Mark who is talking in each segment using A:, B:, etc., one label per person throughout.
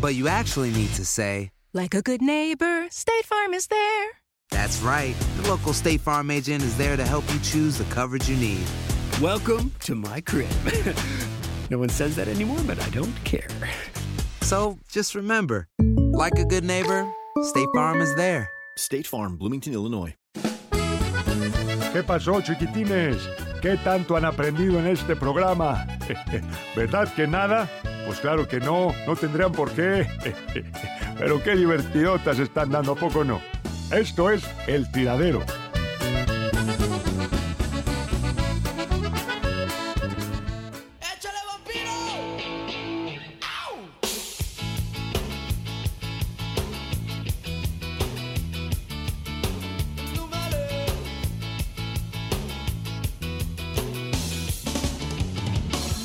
A: But you actually need to say,
B: Like a good neighbor, State Farm is there.
A: That's right. The local State Farm agent is there to help you choose the coverage you need.
C: Welcome to my crib. no one says that anymore, but I don't care.
A: So just remember like a good neighbor, State Farm is there.
D: State Farm, Bloomington, Illinois.
E: ¿Qué pasó, chiquitines? ¿Qué tanto han aprendido en este programa? ¿Verdad que nada? Pues claro que no, no tendrían por qué. Pero qué divertidotas están dando, ¿a poco no? Esto es El Tiradero.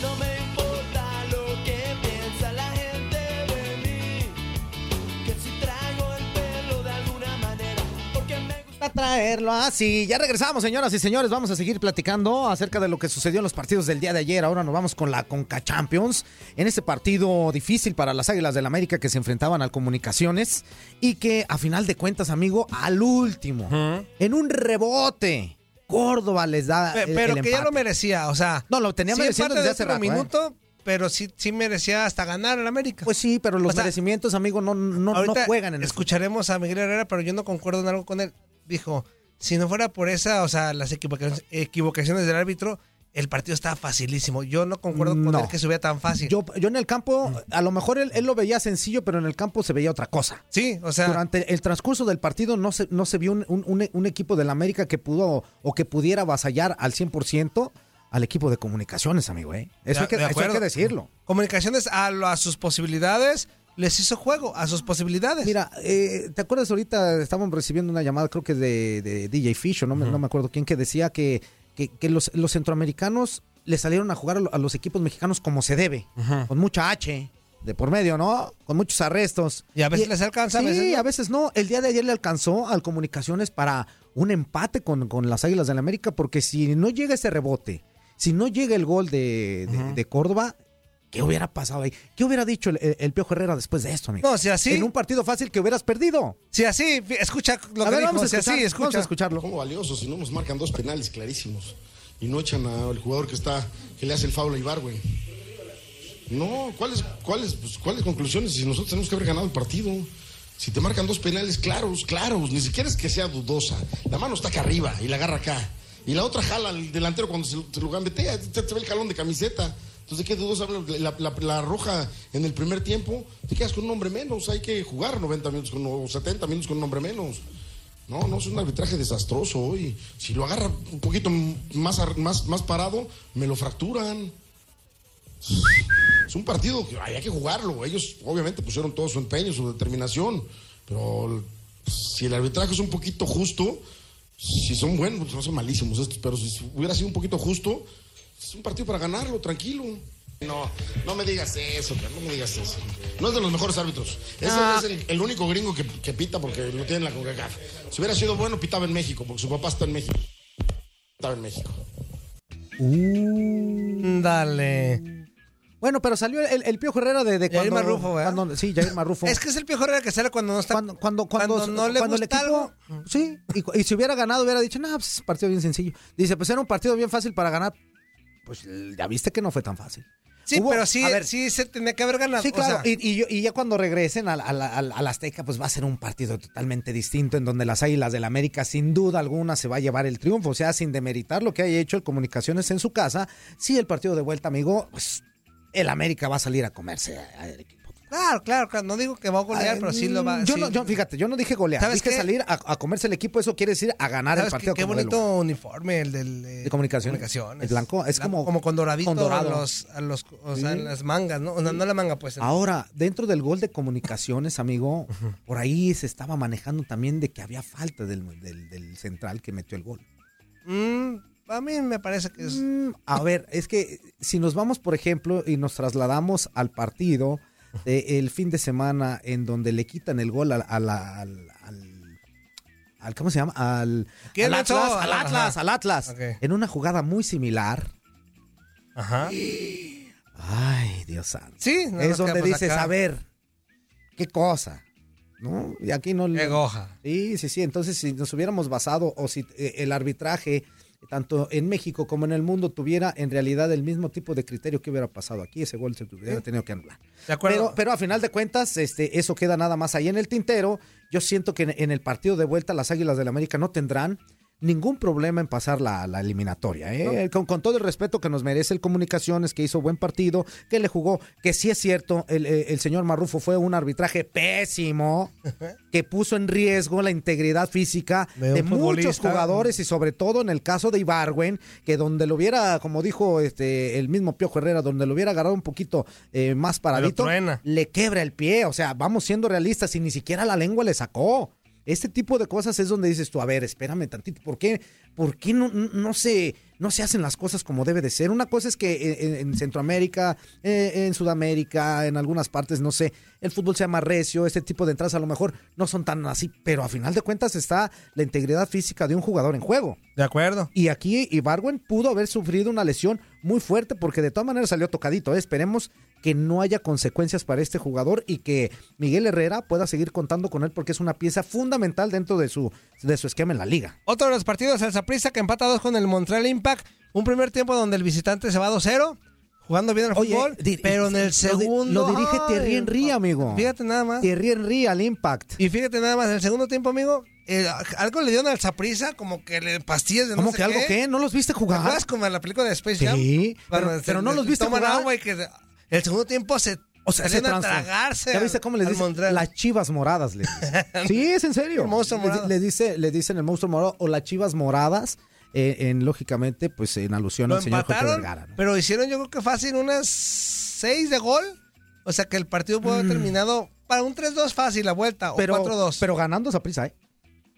F: No me importa lo que piensa la gente de mí, que si traigo el pelo de alguna manera, porque me gusta
G: A traerlo así. Ya regresamos, señoras y señores. Vamos a seguir platicando acerca de lo que sucedió en los partidos del día de ayer. Ahora nos vamos con la Conca Champions. En este partido difícil para las Águilas del América que se enfrentaban al Comunicaciones y que a final de cuentas, amigo, al último, en un rebote, Córdoba les da.
H: Pe-
G: el-
H: Eh, pero
G: el
H: que ya lo
G: empate.
H: merecía, o sea.
G: No, lo tenía
H: sí,
G: merecido
H: empate
G: desde
H: de
G: hace
H: último
G: rato, ¿eh?
H: minuto, pero sí, sí merecía hasta ganar el América.
G: Pues sí, pero los
H: O sea,
G: merecimientos, amigo, no, no, no
H: Ahorita
G: juegan en eso.
H: escucharemos a Miguel Herrera, pero yo no concuerdo en algo con él. Dijo, si no fuera por esa, o sea, las equivoca- equivocaciones del árbitro, el partido estaba facilísimo. Yo no concuerdo con
G: No.
H: él que se vea tan fácil.
G: Yo, yo en el campo, a lo mejor él, él lo veía sencillo, pero en el campo se veía otra cosa.
H: sí, o sea,
G: Durante el transcurso del partido no se, no se vio un, un- un- un equipo del América que pudo o que pudiera avasallar al 100% al equipo de comunicaciones, amigo. ¿eh? Eso,
H: De-
G: hay que,
H: de
G: eso hay
H: acuerdo.
G: que decirlo.
H: comunicaciones a, lo- a sus posibilidades, les hizo juego, a sus posibilidades.
G: Mira, eh, ¿te acuerdas ahorita? Estábamos recibiendo una llamada, creo que de, de DJ Fish, o no, me- no me acuerdo quién, que decía que, que, que los, los centroamericanos le salieron a jugar a lo- a los equipos mexicanos como se debe, con mucha H de por medio, ¿no? Con muchos arrestos.
H: Y a veces Pues les alcanza, a
G: sí,
H: veces no.
G: a veces no. El día de ayer le alcanzó al Comunicaciones para un empate con, con las Águilas del América, porque si no llega ese rebote, si no llega el gol de, de- de Córdoba, ¿qué hubiera pasado ahí? ¿Qué hubiera dicho el, el, el Piojo Herrera después de esto, amigo?
H: No, si así-
G: En un partido fácil que hubieras perdido.
H: Si así, fi- escucha lo
G: a
H: que
G: ver,
H: dijo,
G: vamos a,
H: si
G: escuchar,
H: así, escucha.
G: vamos a escucharlo.
I: Como valioso si no nos marcan dos penales clarísimos y no echan al jugador que está que le hace el foul a Ibargüen. No, ¿cuáles cuáles pues, cuáles conclusiones si nosotros tenemos que haber ganado el partido? Si te marcan dos penales claros, claros, ni siquiera es que sea dudosa. La mano está acá arriba y la agarra acá. Y la otra jala al delantero cuando se, lo- te lo gambetea, te, te ve el calón de camiseta. Entonces, ¿qué dudosa la, la- la roja en el primer tiempo? Te quedas con un hombre menos. Hay que jugar 90 minutos con, o 70 minutos con un hombre menos. No, no, es un arbitraje desastroso hoy. Si lo agarra un poquito m- más, ar- más, más parado, me lo fracturan. Es un partido que había que jugarlo. Ellos obviamente pusieron todo su empeño, su determinación. Pero si el arbitraje es un poquito pues, justo, si son buenos, no son malísimos estos, pero si hubiera sido un poquito justo, Es un partido para ganarlo, tranquilo. No, no me digas eso, cara, no me digas eso. No es de los mejores árbitros. Ese
H: Ah.
I: es el, el único gringo que, que pita porque lo tiene en la CONCACAF. Si hubiera sido bueno, pitaba en México, porque su papá está en México. Pitaba en México.
H: Dale.
G: Bueno, pero salió el, el Piojo Herrera de, de
H: Jair
G: cuando...
H: Marrufo, ¿verdad?
G: cuando- sí, Jair Marrufo.
H: Es que es el Piojo Herrera que sale cuando no está.
G: Cuando, cuando, cuando,
H: no le
G: cuando el
H: gusta mm.
G: equipo- Sí, y, cu- y si hubiera ganado hubiera dicho, no, pues es un partido bien sencillo. Dice, pues era un partido bien fácil para ganar. Pues ya viste que no fue tan fácil.
H: Sí,
G: Hubo-
H: pero sí,
G: a ver,
H: sí se tenía que haber ganado.
G: Sí,
H: o
G: claro.
H: sea,
G: y, y yo- y ya cuando regresen a la- a la- a la- al Azteca, pues va a ser un partido totalmente distinto en donde las Águilas del América sin duda alguna se va a llevar el triunfo. O sea, sin demeritar lo que haya hecho el Comunicaciones en su casa, sí el partido de vuelta, amigo, pues el América va a salir a comerse a- al equipo.
H: claro, claro, claro. No digo que va a golear,
G: Ay,
H: pero sí lo va
G: Yo,
H: sí.
G: no, yo, fíjate, yo no dije golear.
H: ¿Sabes
G: dije
H: qué?
G: salir a, a comerse el equipo. Eso quiere decir a ganar el
H: ¿Sabes qué,
G: partido.
H: qué
G: como del
H: bonito
G: lugar.
H: uniforme el del. eh,
G: de comunicación.
H: comunicaciones.
G: El blanco es como.
H: Como con doradito
G: con dorado.
H: a los, a los o sea,
G: Sí.
H: en las mangas, ¿no? O sea, no la manga, pues. en-
G: Ahora, dentro del gol de comunicaciones, amigo, por ahí se estaba manejando también de que había falta del, del- del central que metió el gol. Mm,
H: Mm, a mí me parece que es.
G: A ver, es que si nos vamos, por ejemplo, y nos trasladamos al partido de el fin de semana en donde le quitan el gol al, al- al- al- al- ¿cómo se llama? Al,
H: ¿Quién
G: al
H: lanzó?
G: Atlas, al
H: Ajá.
G: Atlas, al Atlas.
H: Ok.
G: En una jugada muy similar.
H: Ajá.
G: Ay, Dios santo.
H: Sí, no nos
G: es donde
H: quedamos
G: dices,
H: acá.
G: a ver, qué cosa. ¿No? Y aquí no le.
H: Qué goja.
G: Sí, sí, sí. Entonces, si nos hubiéramos basado o si eh, el arbitraje, tanto en México como en el mundo, tuviera en realidad el mismo tipo de criterio que hubiera pasado aquí, ese gol se hubiera
H: Sí.
G: tenido que anular.
H: De acuerdo.
G: Pero, pero a final de cuentas, este, eso queda nada más ahí en el tintero. Yo siento que en, en el partido de vuelta las Águilas del América no tendrán ningún problema en pasar la, la eliminatoria. ¿eh? Con, con todo el respeto que nos merece el Comunicaciones, que hizo buen partido, que le jugó, que sí es cierto, el, eh, el señor Marrufo fue un arbitraje pésimo, que puso en riesgo la integridad física
H: De un
G: de muchos
H: futbolista.
G: jugadores jugadores y sobre todo en el caso de Ibarwen, que donde lo hubiera, como dijo este el mismo Piojo Herrera, donde lo hubiera agarrado un poquito eh, más paradito,
H: truena.
G: le quebra el pie. O sea, vamos siendo realistas y ni siquiera la lengua le sacó. Este tipo de cosas es donde dices tú, a ver, espérame tantito, ¿por qué, por qué no, no, se, no se hacen las cosas como debe de ser? Una cosa es que en, en Centroamérica, eh, en Sudamérica, en algunas partes, no sé, el fútbol sea más recio, este tipo de entradas a lo mejor no son tan así, pero a final de cuentas está la integridad física de un jugador en juego.
H: De acuerdo.
G: Y aquí Ibarwen pudo haber sufrido una lesión muy fuerte porque de todas maneras salió tocadito. ¿eh? Esperemos que no haya consecuencias para este jugador y que Miguel Herrera pueda seguir contando con él porque es una pieza fundamental dentro de su, de su esquema en la liga.
H: Otro de los partidos, el Saprissa que empata 2 con el Montreal Impact. Un primer tiempo donde el visitante se va 2-0, jugando bien al
G: Oye,
H: fútbol.
G: dir-
H: pero en el
G: lo di-
H: segundo.
G: Lo, dirige
H: ¡Ay!
G: Thierry Henry, amigo.
H: Fíjate nada más.
G: Thierry Henry al Impact.
H: Y fíjate nada más, en el segundo tiempo, amigo, eh, algo le dieron al Saprissa, como que le pastillas de no
G: ¿Cómo
H: sé
G: que algo qué? ¿No los viste
H: ¿Te
G: jugar?
H: acuerdas como en la película de Space Jam?
G: Sí, pero,
H: Cuando se-
G: pero no los
H: le-
G: viste
H: toman
G: jugar.
H: agua y que se- el segundo tiempo se
G: O sea, se
H: salieron a
G: transforma.
H: tragarse.
G: ¿Ya viste
H: al-
G: cómo les
H: al
G: dicen?
H: Montreal.
G: Las chivas moradas, les dicen. Sí, es en serio.
H: El monstruo
G: Les-
H: morado.
G: Les, dice, les dicen el monstruo morado o las chivas moradas, eh, en, lógicamente, pues en alusión
H: Lo
G: al señor Jorge
H: empataron,
G: Vergara. ¿no?
H: pero hicieron yo creo que fácil unas 6 de gol. O sea que el partido pudo
G: Mm.
H: haber terminado para un 3-2 fácil la vuelta
G: Pero,
H: o 4-2.
G: pero ganando esa prisa, ¿eh?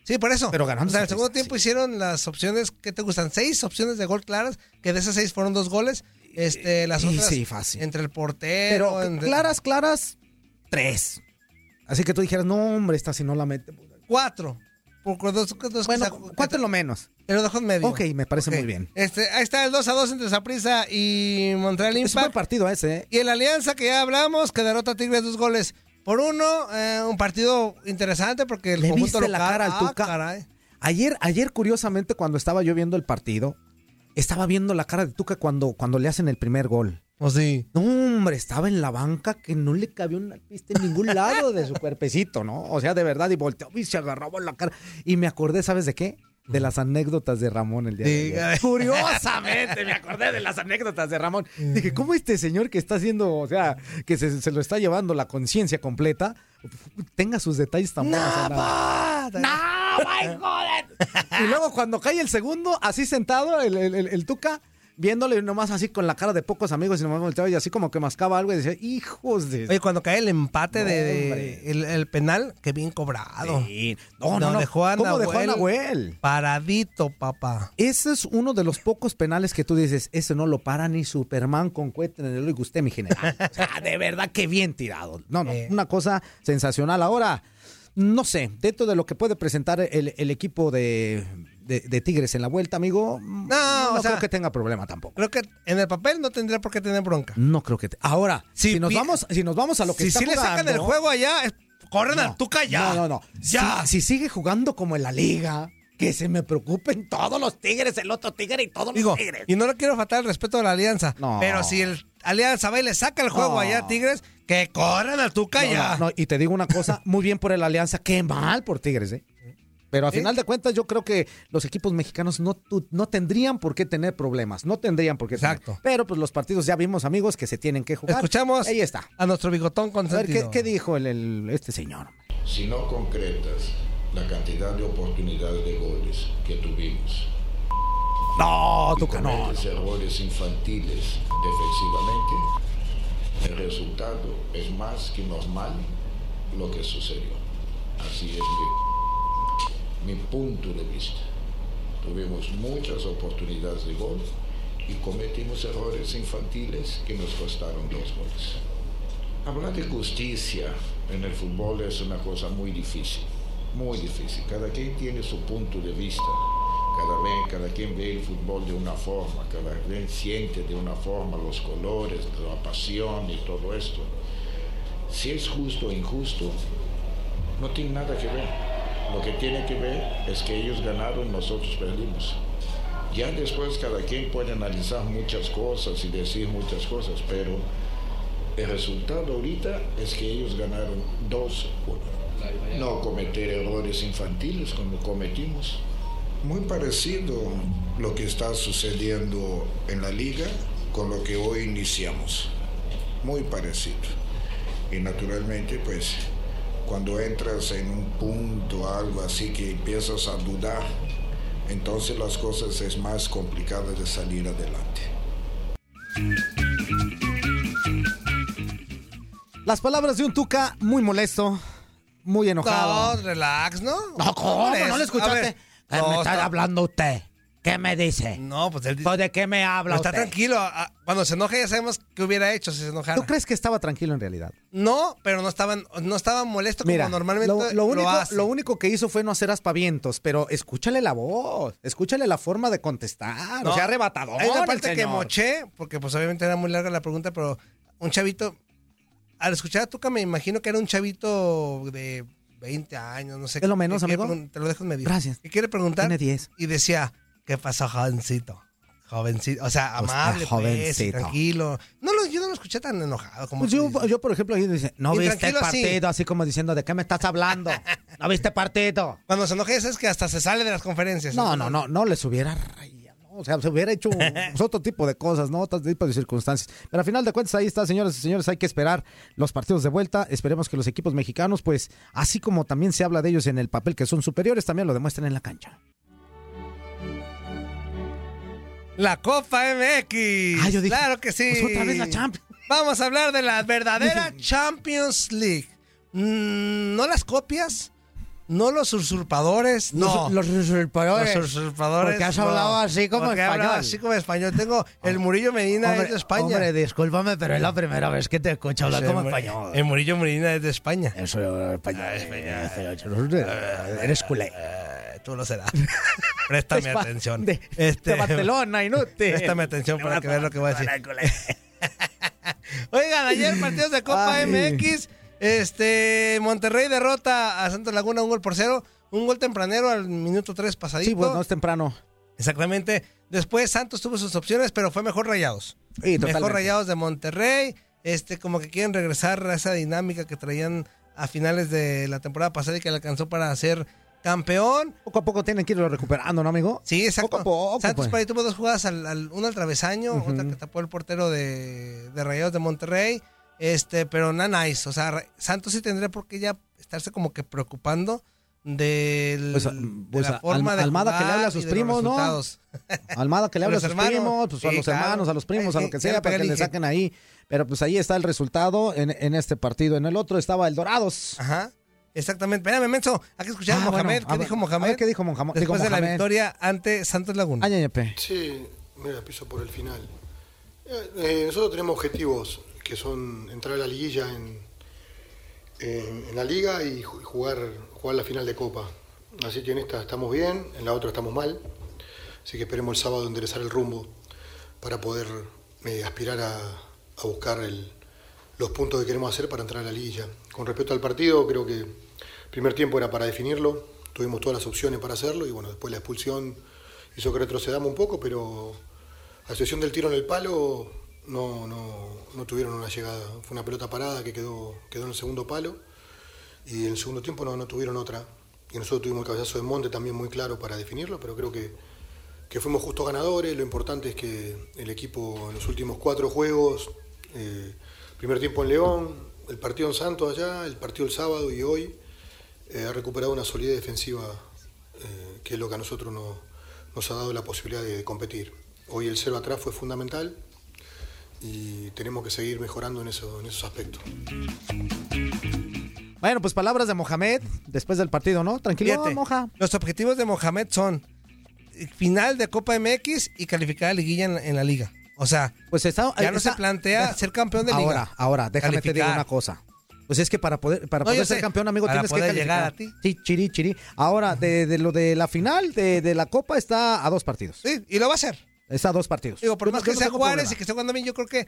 H: Sí, por eso.
G: pero ganando
H: O sea,
G: esa
H: el segundo
G: prisa,
H: tiempo hicieron las opciones, ¿qué te gustan? Seis opciones de gol claras, que de esas seis fueron dos goles. Este, las
G: Y
H: otras
G: sí, fácil.
H: entre el portero.
G: Pero
H: entre-
G: claras, claras, tres. Así que tú dijeras, no, hombre, esta si no la mete.
H: Cuatro. Por dos, dos
G: Bueno,
H: que sacó-
G: cuatro lo menos.
H: Pero dejó en medio.
G: Ok, me parece
H: Ok.
G: muy bien.
H: Este, ahí está el 2 a 2 entre Saprissa y Montreal
G: Es un buen
H: Impact.
G: partido ese, ¿eh?
H: Y en la alianza que ya hablamos, que derrota a Tigres dos goles por uno. eh, un partido interesante porque el
G: ¿Le
H: conjunto
G: viste la
H: local-
G: cara al
H: Ah,
G: Tuca?
H: caray.
G: Ayer, ayer, curiosamente, cuando estaba yo viendo el partido, estaba viendo la cara de Tuca cuando, cuando le hacen el primer gol.
H: O sí.
G: No, hombre, estaba en la banca que no le cabía una pista en ningún lado de su cuerpecito, ¿no? O sea, de verdad, y volteó y se agarraba la cara. Y me acordé, ¿sabes de qué? De las anécdotas de Ramón el día de
H: Dígame.
G: ayer. Curiosamente, me acordé de las anécdotas de Ramón. Dije, ¿cómo este señor que está haciendo, o sea, que se, se lo está llevando la conciencia completa, tenga sus detalles tan buenos? o sea, nada.
H: ¡Ah!
G: Y luego cuando cae el segundo, así sentado, el, el- el- el Tuca, viéndole nomás así con la cara de pocos amigos y nomás volteaba y así como que mascaba algo y decía, hijos de...
H: Oye, cuando cae el empate
G: No,
H: de, de-
G: hombre.
H: el, el penal, que bien cobrado.
G: Sí. No, no,
H: Lo
G: no.
H: dejó a
G: ¿Cómo dejó a
H: Nahuel
G: Nahuel?
H: Paradito, papá.
G: Ese es uno de los pocos penales que tú dices, ese no lo para ni Superman con cohete en el ojo y usted, mi general. O sea, de verdad que bien tirado. No, no,
H: Eh.
G: una cosa sensacional. Ahora, no sé, dentro de lo que puede presentar el, el equipo de, de- de Tigres en la vuelta, amigo, no,
H: o sea-
G: creo que tenga problema tampoco.
H: Creo que en el papel no tendría por qué tener bronca.
G: No creo que te- Ahora, si, nos
H: pi-
G: vamos, si nos vamos a lo que
H: si
G: está
H: sí le sacan
G: jugando-
H: el juego allá, es- corren al Tuca ya.
G: No, no, no.
H: Ya.
G: Si, si sigue jugando como en la liga, que se me preocupen todos los Tigres, el otro Tigre y todos
H: Digo,
G: los Tigres.
H: y no le quiero faltar el respeto a la alianza. Pero si el alianza va y le saca el juego
G: No.
H: allá a Tigres, que corran al Tuca
G: No,
H: ya.
G: no, no, y te digo una cosa, muy bien por el Alianza, qué mal por Tigres, ¿eh? Pero a
H: Sí.
G: final de cuentas yo creo que los equipos mexicanos no, tu- no tendrían por qué tener problemas, no tendrían por qué tener.
H: Exacto.
G: Pero pues los partidos ya vimos, amigos, que se tienen que jugar.
H: Escuchamos
G: Ahí está.
H: a nuestro bigotón
G: A ver, ¿qué,
H: consentido.
G: qué dijo el- el- este señor?
J: Si no concretas la cantidad de oportunidades de goles que tuvimos,
G: No,
J: y cometes errores infantiles defensivamente, el resultado es más que normal lo que sucedió. Así es mi, mi punto de vista. Tuvimos muchas oportunidades de gol y cometimos errores infantiles que nos costaron dos goles. Hablar de justicia en el fútbol es una cosa muy difícil, muy difícil. Cada quien tiene su punto de vista, cada, ve- cada quien ve el fútbol de una forma, cada quien siente de una forma los colores, la pasión y todo esto. Si es justo o injusto, no tiene nada que ver. Lo que tiene que ver es que ellos ganaron, nosotros perdimos. Ya después cada quien puede analizar muchas cosas y decir muchas cosas, pero el resultado ahorita es que ellos ganaron 2-1. No cometer errores infantiles como cometimos. Muy parecido lo que está sucediendo en la liga con lo que hoy iniciamos. Muy parecido. Y naturalmente, pues, cuando entras en un punto, algo así que empiezas a dudar, entonces las cosas es más complicado de salir adelante.
G: Las palabras de un Tuca muy molesto, muy enojado.
H: No, relax, ¿no?
G: No, ¿cómo? ¿No lo escuchaste? ¿Qué me está hablando usted? ¿Qué me dice?
H: No, pues él
G: ¿De qué me habla
H: Está
G: usted?
H: tranquilo. Ah, Cuando se enoja ya sabemos qué hubiera hecho si se enojara.
G: ¿Tú crees que estaba tranquilo en realidad?
H: No, pero no estaban, no estaban molesto
G: Mira,
H: como normalmente
G: lo,
H: lo,
G: lo único,
H: hace.
G: lo único que hizo fue no hacer aspavientos, pero escúchale la voz, escúchale la forma de contestar,
H: No,
G: o sea, arrebatador.
H: Hay una
G: el
H: parte que
G: señor.
H: moché, porque pues obviamente era muy larga la pregunta, pero un chavito, al escuchar a Tuca me imagino que era un chavito de 20 años, no sé.
G: ¿Es lo menos,
H: que quiere
G: amigo?
H: pregun- Te lo dejo en medio.
G: Gracias.
H: Que quiere preguntar.
G: Tiene 10.
H: Y decía, ¿qué pasó, jovencito? Jovencito, o sea,
G: Usted,
H: amable, pues, y
G: ah, jovencito.
H: tranquilo. No lo, yo no lo escuché tan enojado como
G: Pues
H: tú
G: yo,
H: dices.
G: yo, por ejemplo, ahí dice, no
H: Y
G: viste el
H: tranquilo así.
G: partido, así como diciendo, ¿de qué me estás hablando? ¿No viste el partido?
H: Cuando se enoja es que hasta se sale de las conferencias.
G: No, no, no, no les hubiera rayado, ¿no? O sea, se hubiera hecho pues, otro tipo de cosas, ¿no? Otro tipo de circunstancias. Pero al final de cuentas, ahí está, señoras y señores, hay que esperar los partidos de vuelta. Esperemos que los equipos mexicanos, pues, así como también se habla de ellos en el papel que son superiores, también lo demuestren en la cancha.
H: La Copa MX.
G: Ah, yo dije,
H: claro que sí.
G: pues otra vez la Champions.
H: Vamos a hablar de la verdadera Champions League. Mm, no las copias, no los usurpadores, no.
G: Los, los usurpadores.
H: Los usurpadores.
G: Porque has
H: no.
G: hablado así como
H: Porque he hablado
G: español.
H: así como español. Tengo el Murillo Medina
G: Hombre,
H: es de España.
G: hombre, discúlpame, pero es la primera vez que te escucho hablar
H: Sí,
G: como
H: hombre.
G: español.
H: El Murillo Medina es Ah, de España.
G: Eso es español. eh, Eres culé.
H: Eh, Tú lo serás. Préstame
G: Espa-
H: atención.
G: de-
H: Este-
G: de Barcelona, inútil.
H: Préstame atención para que veas lo que voy a decir. Oigan, ayer partidos de Copa
G: Ay.
H: MX. Este Monterrey derrota a Santos Laguna un gol por cero. Un gol tempranero al minuto 3 pasadito.
G: Sí, bueno, pues, es temprano.
H: Exactamente. Después Santos tuvo sus opciones, pero fue mejor rayados.
G: Sí, totalmente.
H: mejor rayados de Monterrey. Este, como que quieren regresar a esa dinámica que traían a finales de la temporada pasada y que le alcanzó para ser campeón.
G: Poco a poco tienen que irlo recuperando, ¿no, amigo?
H: Sí, exacto.
G: Poco a poco.
H: Santos
G: pues.
H: por ahí tuvo dos jugadas, al, al- una al travesaño, otra que tapó el portero de, de Rayados de Monterrey. Este, pero nada nice. O sea, Ra- Santos sí tendría por qué ya estarse como que preocupando del-
G: Pues, pues,
H: de la
G: Al-
H: forma de
G: Almada que le
H: jugar
G: habla a sus
H: y de los
G: primos, ¿no?
H: resultados.
G: Almada que le
H: A
G: habla a
H: los
G: sus
H: hermanos.
G: primos, pues a
H: Sí,
G: los
H: claro.
G: hermanos, a los primos,
H: Ay,
G: a lo
H: sí,
G: que
H: ya le
G: sea, para
H: pegué
G: que
H: al
G: le
H: ingenio.
G: saquen ahí. Pero pues ahí está el resultado en, en este partido. En el otro estaba el Dorados.
H: Ajá. Exactamente. Espérame, Menso. Hay que escuchar a
G: Ah, bueno,
H: Mohamed.
G: a
H: ¿Qué
G: ver,
H: dijo
G: a
H: Mohamed?
G: ver, ¿qué dijo Mohamed?
H: Después
G: Dijo
H: de la
G: Mohamed.
H: victoria ante Santos Laguna.
G: Ay, ñepe.
K: Sí, me la piso por el final. Eh, eh, nosotros tenemos objetivos que son entrar a la liguilla en, en- en la liga y ju- jugar, jugar la final de Copa. Así que en esta estamos bien, en la otra estamos mal. Así que esperemos el sábado enderezar el rumbo para poder eh, aspirar a, a buscar el- los puntos que queremos hacer para entrar a la liguilla. Con respecto al partido, creo que el primer tiempo era para definirlo. Tuvimos todas las opciones para hacerlo y bueno, después la expulsión hizo que retrocedamos un poco, pero a excepción del tiro en el palo, no, no, no tuvieron una llegada. Fue una pelota parada que quedó, quedó en el segundo palo y en el segundo tiempo no, no tuvieron otra. Y nosotros tuvimos el cabezazo de Monte también muy claro para definirlo, pero creo que, que fuimos justos ganadores. Lo importante es que el equipo en los últimos cuatro juegos, eh, primer tiempo en León, el partido en Santos allá, el partido el sábado y hoy, eh, ha recuperado una solidez defensiva eh, que es lo que a nosotros nos, nos ha dado la posibilidad de competir. Hoy el cero atrás fue fundamental y tenemos que seguir mejorando en, eso- en esos aspectos.
G: Bueno, pues palabras de Mohamed después del partido, ¿no? Tranquilo,
H: Fíjate,
G: Moja.
H: Los objetivos de Mohamed son eh, final de Copa MX y calificar a liguilla en, en la liga. O sea,
G: pues está,
H: ya no
G: está-
H: se plantea
G: deja-
H: ser campeón de liga.
G: Ahora, ahora, déjame te digo
H: Calificar.
G: una cosa. Pues es que para poder, para
H: No, yo
G: poder ser
H: sé.
G: campeón, amigo,
H: Para
G: tienes
H: poder
G: que
H: llegar
G: calificar.
H: a ti.
G: Sí, chiri, chiri. Ahora, de, de lo de la final de, de la Copa está a dos partidos.
H: Sí, y lo va a hacer.
G: Está a dos partidos.
H: Digo, por
G: Yo no-
H: más que
G: yo no
H: sea
G: tengo
H: Juárez
G: problema.
H: y que esté jugando bien, yo creo que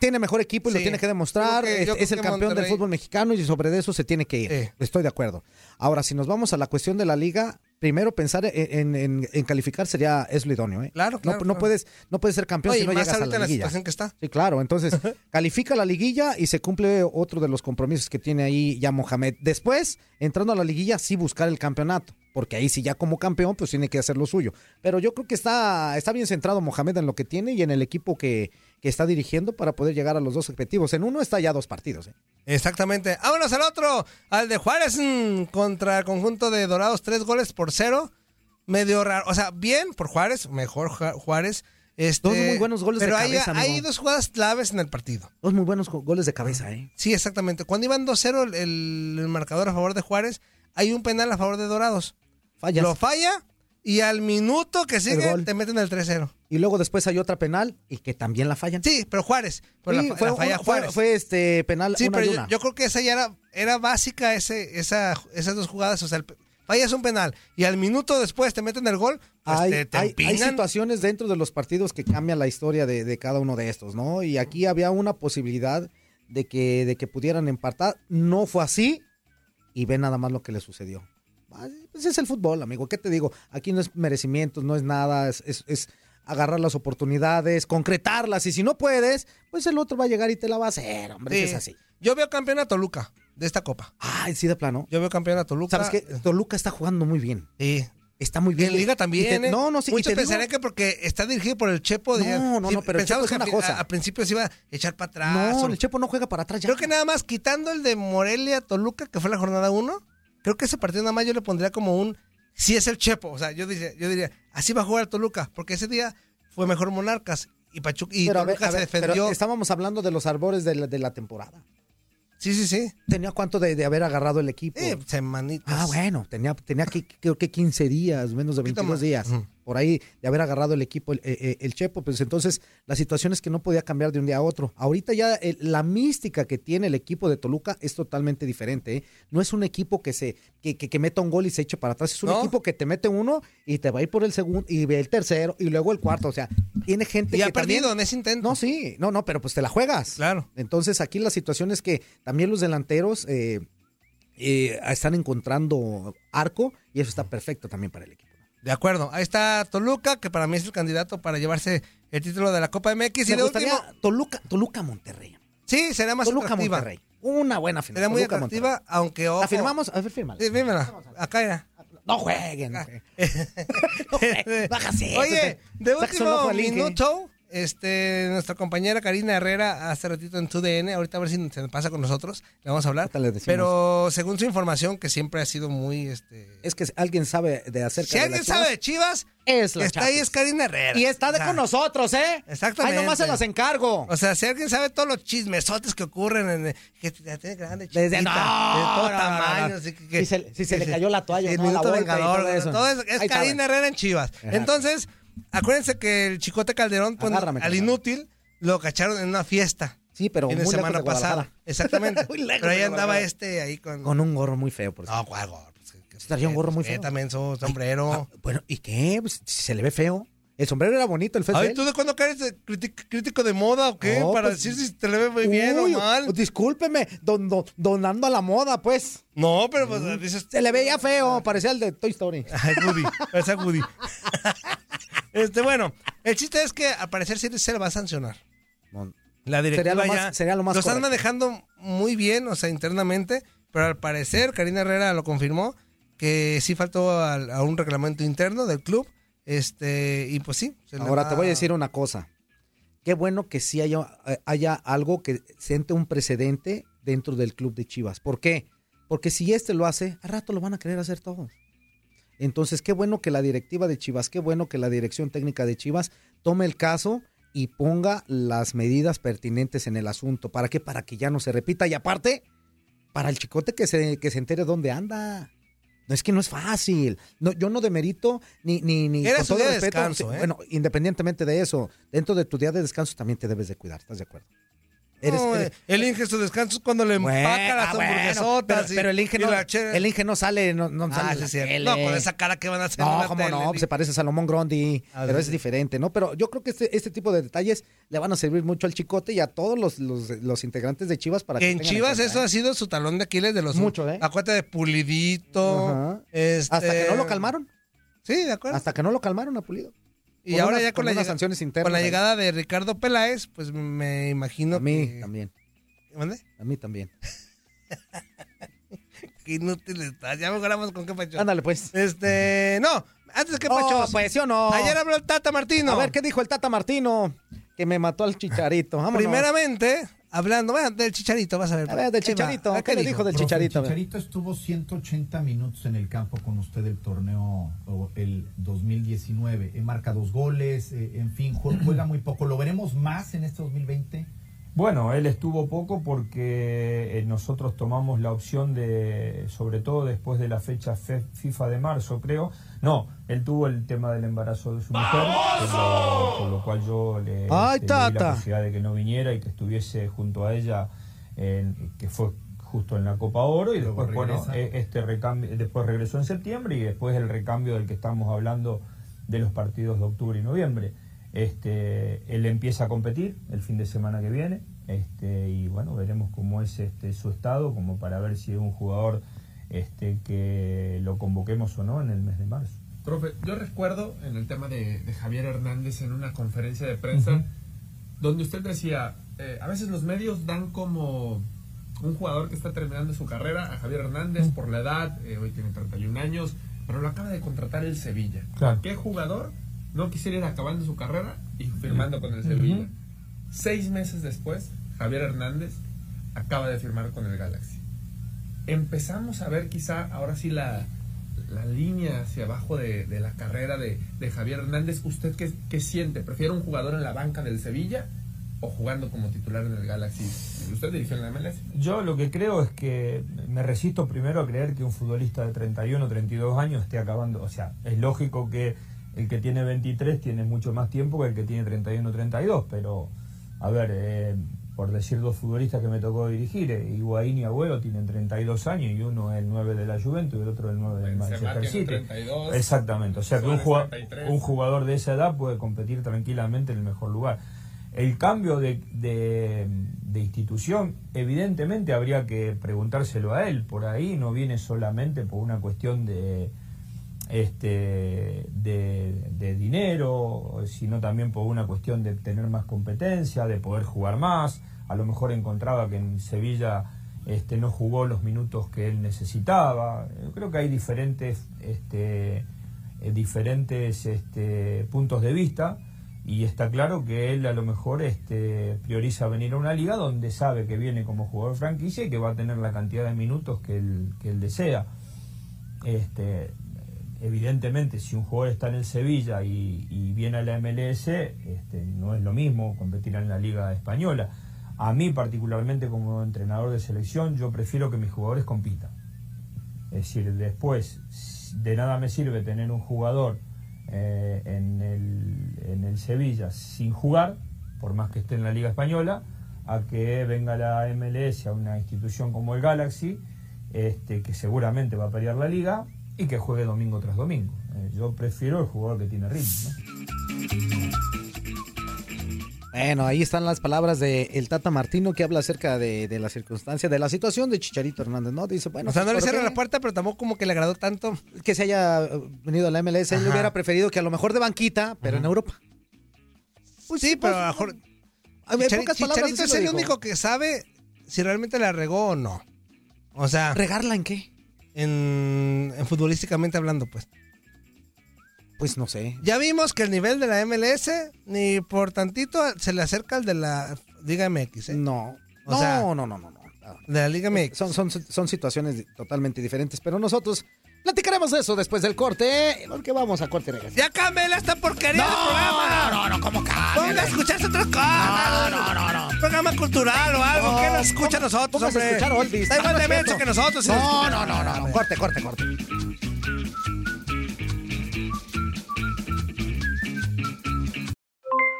G: tiene mejor equipo y lo
H: Sí.
G: tiene que demostrar.
H: Yo creo que- yo
G: es es
H: creo
G: el
H: que
G: campeón
H: Monterrey-
G: del fútbol mexicano y sobre de eso se tiene que ir. Estoy de acuerdo. Ahora, si nos vamos a la cuestión de la liga, primero pensar en, en- en- en calificar sería es lo idóneo. ¿eh?
H: Claro,
G: No-
H: claro,
G: No,
H: claro.
G: puedes, no puedes ser campeón
H: No, y
G: si no
H: más
G: llegas a
H: ahorita
G: la
H: en la
G: liguilla.
H: situación que está.
G: Sí, claro. Entonces, califica la liguilla y se cumple otro de los compromisos que tiene ahí ya Mohamed. Después, entrando a la liguilla, sí buscar el campeonato. Porque ahí sí ya como campeón, pues tiene que hacer lo suyo. Pero yo creo que está, está bien centrado Mohamed en lo que tiene y en el equipo que, que está dirigiendo para poder llegar a los dos objetivos. En uno está ya dos partidos. ¿eh?
H: Exactamente. Vámonos al otro, al de Juárez mm, contra el conjunto de Dorados, tres goles por cero. Medio raro. O sea, bien por Juárez, mejor Ju- Juárez. Este,
G: Dos muy buenos goles de
H: pero
G: cabeza,
H: hay,
G: amigo.
H: hay dos jugadas claves en el partido.
G: Dos muy buenos go- goles de cabeza, ¿eh?
H: Sí, exactamente. Cuando iban 2-0 el, el- el marcador a favor de Juárez, hay un penal a favor de Dorados.
G: Fallas.
H: Lo falla y al minuto que sigue
G: gol.
H: te meten el 3-0.
G: Y luego después hay otra penal y que también la fallan.
H: Sí, pero Juárez. Pero
G: Sí,
H: Pues, la, fa-
G: fue,
H: la falla
G: una- fue-
H: Juárez.
G: fue, este penal
H: Sí,
G: una
H: pero
G: y
H: yo,
G: una.
H: yo creo que esa ya era, era básica, ese, esa, esas dos jugadas. O sea, el pe- fallas un penal y al minuto después te meten el gol, pues
G: hay,
H: te, te
G: hay- hay
H: empinan.
G: situaciones dentro de los partidos que cambian la historia de, de cada uno de estos, ¿no? Y aquí había una posibilidad de que, de que pudieran empatar. No fue así y ve nada más lo que le sucedió. Ah, Pues es el fútbol, amigo. ¿Qué te digo? Aquí no es merecimientos, no es nada, es, es- es agarrar las oportunidades, concretarlas y si no puedes, pues el otro va a llegar y te la va a hacer, hombre.
H: Sí.
G: Es así.
H: Yo veo campeón a Toluca de esta copa.
G: Ay, sí, de plano.
H: Yo veo campeón a Toluca.
G: ¿Sabes qué? Toluca está jugando muy bien.
H: Sí.
G: Está muy bien.
H: En Liga
G: Y
H: también.
G: te-
H: ¿eh?
G: no, no, sí. y
H: Muchos
G: te digo-
H: pensarían que porque está dirigido por el Chepo. dirían,
G: no,
H: sí,
G: no, pero el
H: pensamos
G: Chepo es
H: que
G: una cosa.
H: A, a principio se iba a echar para atrás.
G: No,
H: o-
G: el Chepo no juega para atrás ya.
H: Creo que nada más quitando el de Morelia Toluca, que fue la jornada 1, creo que ese partido nada más yo le pondría como un si es el Chepo, o sea, yo diría, yo diría, así va a jugar Toluca, porque ese día fue mejor Monarcas y Pachuca y
G: Pero a ver,
H: Toluca
G: a ver,
H: se
G: pero
H: defendió.
G: estábamos hablando de los arbores de la, de la temporada.
H: Sí, sí, sí.
G: ¿Tenía cuánto de, de haber agarrado el equipo?
H: Eh, semanitas.
G: Ah, bueno, tenía, tenía que, creo que 15 días, menos de
H: Poquito
G: 22
H: más.
G: días,
H: Ujú.
G: por ahí de haber agarrado el equipo, el, eh, eh, el Chepo. Pues entonces, la situación es que no podía cambiar de un día a otro. Ahorita ya eh, la mística que tiene el equipo de Toluca es totalmente diferente. ¿eh? No es un equipo que se que, que- que meta un gol y se eche para atrás. Es un
H: No.
G: equipo que te mete uno y te va a ir por el segundo, y ve el tercero, y luego el cuarto. O sea, tiene gente
H: Y
G: que
H: ha
G: también-
H: perdido en ese intento.
G: No, sí, no, no, pero pues te la juegas.
H: Claro.
G: Entonces aquí la situación es que también los delanteros eh, eh, están encontrando arco y eso está perfecto también para el equipo.
H: De acuerdo, ahí está Toluca, que para mí es el candidato para llevarse el título de la Copa MX. Y
G: Me
H: de
G: gustaría
H: último,
G: Toluca, Toluca Monterrey.
H: sí, será más
G: Toluca
H: atractiva.
G: Monterrey. Una buena final.
H: Será muy
G: Toluca,
H: atractiva,
G: Monterrey.
H: aunque ojo.
G: ¿La firmamos? A ver, fírmala.
H: Sí, Ah. fírmala. Acá era.
G: No jueguen.
H: Oye,
G: Bájase.
H: de
G: Sáquese un ojo
H: último
G: al Inge.
H: minuto, Este, nuestra compañera Karina Herrera hace ratito en 2DN, ahorita a ver si se pasa con nosotros, le vamos a hablar. Pero según su información, que siempre ha sido muy... Este...
G: Es que alguien sabe de acerca
H: Si
G: de
H: alguien
G: las chivas,
H: sabe de Chivas,
G: es la
H: está ahí
G: Chapis.
H: es Karina Herrera.
G: Y está de
H: O sea,
G: con nosotros, ¿eh?
H: Exactamente.
G: Ahí nomás se las encargo.
H: O sea, si alguien sabe todos los chismesotes que ocurren en... Que la tiene grande, chiquita,
G: Desde no,
H: de todo
G: no, no,
H: tamaño.
G: no.
H: así que-
G: si se, si se le cayó la toalla,
H: el
G: no, la
H: minuto
G: bolsa y
H: vengador,
G: todo eso.
H: todo eso, es
G: Ahí está,
H: Karina Herrera en Chivas.
G: Exacto.
H: Entonces, acuérdense que el Chicote Calderón, pues, cuando-
G: Agárrame,
H: al
G: Calderón.
H: inútil, lo cacharon en una fiesta.
G: Sí, pero
H: en
G: muy lejos
H: semana
G: de
H: pasada.
G: Guadalajara.
H: Exactamente.
G: Muy lejos
H: pero ahí
G: de
H: andaba
G: Guadalajara.
H: este ahí con.
G: Con un gorro muy feo, por
H: No, ¿cuál gorro? Ah,
G: Sí, traía un gorro muy feo.
H: también su sombrero.
G: Bueno, ¿y qué? Pues, si se le ve feo. El sombrero era bonito, el feo.
H: Ay, ¿tú de cuándo que eres de critic- crítico de moda o qué?
G: No,
H: Para
G: pues-
H: decir si te le ve muy bien o mal.
G: Discúlpeme, don, don- donando a la moda, pues.
H: No, pero pues dices.
G: Se le veía
H: Ah.
G: feo, parecía el de Toy Story.
H: Ay, Woody, esa Woody. Este, bueno, el chiste es que al parecer sí se le va a sancionar. La
G: sería
H: directiva
G: lo
H: ya-
G: más, sería lo más
H: Lo están
G: correcto.
H: manejando muy bien, o sea, internamente, pero al parecer, Karina Herrera lo confirmó, que sí faltó al- a, un reglamento interno del club. Este, y pues sí. se le
G: Ahora
H: va-
G: te voy a decir una cosa. Qué bueno que sí haya, eh, haya algo que siente un precedente dentro del club de Chivas. ¿Por qué? Porque si este lo hace, a rato lo van a querer hacer todos. Entonces, qué bueno que la directiva de Chivas, qué bueno que la dirección técnica de Chivas tome el caso y ponga las medidas pertinentes en el asunto. ¿Para qué? Para que ya no se repita. Y aparte, para el chicote que se, que se entere dónde anda. No es que no es fácil. No, yo no demerito ni, ni, ni
H: Era su día de descanso, ¿eh?
G: Bueno, independientemente de eso, dentro de tu día de descanso también te debes de cuidar, ¿estás de acuerdo? Eres-
H: No, eh,
G: eres-
H: el Inge su descanso es cuando le
G: Bueno,
H: empaca las
G: ah, bueno,
H: hamburguesotas.
G: pero,
H: y-
G: pero el Inge
H: y
G: no,
H: la che-
G: el Inge no sale, no, no
H: Ah,
G: sale en
H: sí,
G: la
H: es cierto.
G: tele.
H: No, pues, con esa cara que van a hacer. en
G: No,
H: la
G: cómo
H: tele,
G: no,
H: ni-
G: pues se parece a Salomón Grondi,
H: Ah,
G: pero
H: sí.
G: es diferente, ¿no? Pero yo creo que este, este tipo de detalles le van a servir mucho al Chicote y a todos los, los- los integrantes de Chivas para que
H: en
G: tengan
H: Chivas
G: cuenta,
H: eso
G: ¿eh?
H: ha sido su talón de Aquiles de los
G: Mucho, ¿eh?
H: Acuérdate de Pulidito.
G: Ajá.
H: este-
G: Hasta que no lo calmaron,
H: Sí, de acuerdo.
G: hasta que no lo calmaron a Pulido.
H: y ahora
G: unas-
H: ya con, la,
G: unas
H: llega-
G: sanciones internas.
H: con la
G: ahí.
H: llegada de Ricardo Peláez, pues me imagino
G: A mí
H: que...
G: también,
H: ¿Mande?
G: a mí también.
H: Qué inútil estás. Ya logramos con qué pacho.
G: Ándale, pues.
H: Este, no, antes de qué pacho.
G: Oh, pues, ¿sí o no?
H: Ayer habló el Tata Martino.
G: A ver, ¿qué dijo el Tata Martino? Que me mató al chicharito. Vámonos.
H: Primeramente, hablando bueno, del Chicharito, vas a ver.
G: A ver, del
H: Ahí va.
G: Chicharito,
H: ¿A
G: ¿qué le dijo del
L: Profe,
G: Chicharito?
L: el Chicharito estuvo 180 minutos en el campo con usted el torneo o el 2019. Eh, marca dos goles, eh, en fin, jue- juega muy poco. ¿Lo veremos más en este 2020?
M: Bueno, él estuvo poco porque eh, nosotros tomamos la opción de, sobre todo después de la fecha fe- FIFA de marzo, creo. No, él tuvo el tema del embarazo de su mujer, por lo, por lo cual yo le,
G: ¡Ay,
M: este, le di
G: tata!
M: la posibilidad de que no viniera y que estuviese junto a ella, en- que fue justo en la Copa Oro y
L: Luego
M: después bueno,
L: regresa.
M: e- este recambio, después regresó en septiembre y después el recambio del que estamos hablando de los partidos de octubre y noviembre. Este, él empieza a competir el fin de semana que viene este, y bueno, veremos cómo es este, su estado, como para ver si es un jugador este, que lo convoquemos o no en el mes de marzo.
N: Profe, yo recuerdo en el tema de, de Javier Hernández en una conferencia de prensa, donde usted decía, eh, a veces los medios dan como un jugador que está terminando su carrera, a Javier Hernández por la edad, eh, hoy tiene 31 años, pero lo acaba de contratar el Sevilla.
M: Claro.
N: ¿Qué jugador no quisiera ir acabando su carrera y firmando con el Sevilla?
M: Ujú.
N: Seis meses después, Javier Hernández acaba de firmar con el Galaxy. Empezamos a ver quizá ahora sí la, la línea hacia abajo de, de la carrera de, de Javier Hernández. ¿Usted qué, qué siente? ¿Prefiere un jugador en la banca del Sevilla o jugando como titular en el Galaxy? Usted dirigió en la MLS.
M: Yo lo que creo es que me resisto primero a creer que un futbolista de 31 o 32 años esté acabando. O sea, es lógico que el que tiene 23 tiene mucho más tiempo que el que tiene 31 o 32, pero a ver, eh, por decir dos futbolistas que me tocó dirigir, eh, Higuaín y Abuelo tienen 32 años y uno es el 9 de la Juventus y el otro el 9 del
N: Benzema
M: Manchester City.
N: tiene 32,
M: Exactamente, o sea que un,
N: Suárez
M: jugado-
N: 33.
M: un jugador de esa edad puede competir tranquilamente en el mejor lugar. El cambio de, de- de institución, evidentemente habría que preguntárselo a él, por ahí no viene solamente por una cuestión de, este, de, de dinero, sino también por una cuestión de tener más competencia, de poder jugar más. A lo mejor encontraba que en Sevilla este, no jugó los minutos que él necesitaba. Yo creo que hay diferentes, este, eh, diferentes este, puntos de vista. Y está claro que él a lo mejor este, prioriza venir a una liga donde sabe que viene como jugador franquicia y que va a tener la cantidad de minutos que él, que él desea. Este, evidentemente, si un jugador está en el Sevilla y, y viene a la MLS, este, no es lo mismo competir en la Liga Española. A mí, particularmente, como entrenador de selección, yo prefiero que mis jugadores compitan. Es decir, después, de nada me sirve tener un jugador eh, en, el, en el Sevilla sin jugar, por más que esté en la Liga Española, a que venga la MLS a una institución como el Galaxy, este, que seguramente va a pelear la liga, y que juegue domingo tras domingo. Eh, yo prefiero el jugador que tiene ritmo.
G: Bueno, ahí están las palabras de el Tata Martino que habla acerca de, de la circunstancia, de la situación de Chicharito Hernández, ¿no? Dice, bueno,
H: o sea, no le
G: ¿por
H: cierra
G: qué?
H: la puerta, pero tampoco como que le agradó tanto.
G: que se haya eh, venido a la MLS, él
H: Ajá.
G: hubiera preferido que a lo mejor de banquita, pero en Europa.
H: Pues sí, pero a lo mejor.
G: A ver, en
H: Chichari-
G: pocas palabras,
H: Chicharito
G: sí
H: es
G: lo
H: el
G: dijo.
H: único que sabe si realmente la regó o no. O sea.
G: ¿Regarla en qué?
H: En, en futbolísticamente hablando, pues.
G: Pues no sé.
H: Ya vimos que el nivel de la MLS, ni por tantito, se le acerca al de la Liga MX.
G: No.
H: O sea,
G: no, no, no, no, no.
H: De la Liga MX.
G: Son, son, son situaciones di- totalmente diferentes, pero nosotros platicaremos de eso después del corte, ¿eh? porque vamos a corte y regresamos.
H: ¡Ya cámbiala esta porquería del programa! No, no, no, ¿cómo cámbiala? Ponga a escucharse otras cosas. No, no, no, no. Programa cultural o algo. ¿Qué nos escucha a nosotros,
G: Póngase a
H: hombre?
G: escuchar oldies.
H: Está igual
G: Ah, No,
H: de
G: no es
H: menso
G: cierto.
H: que nosotros. ¿eh? si nos
G: No, no,
H: escucha.
G: no, no, no. Corte, corte, corte.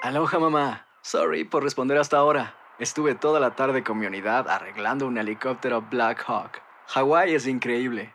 O: Aloha mamá. Sorry por responder hasta ahora. Estuve toda la tarde con mi unidad arreglando un helicóptero Black Hawk. Hawái es increíble.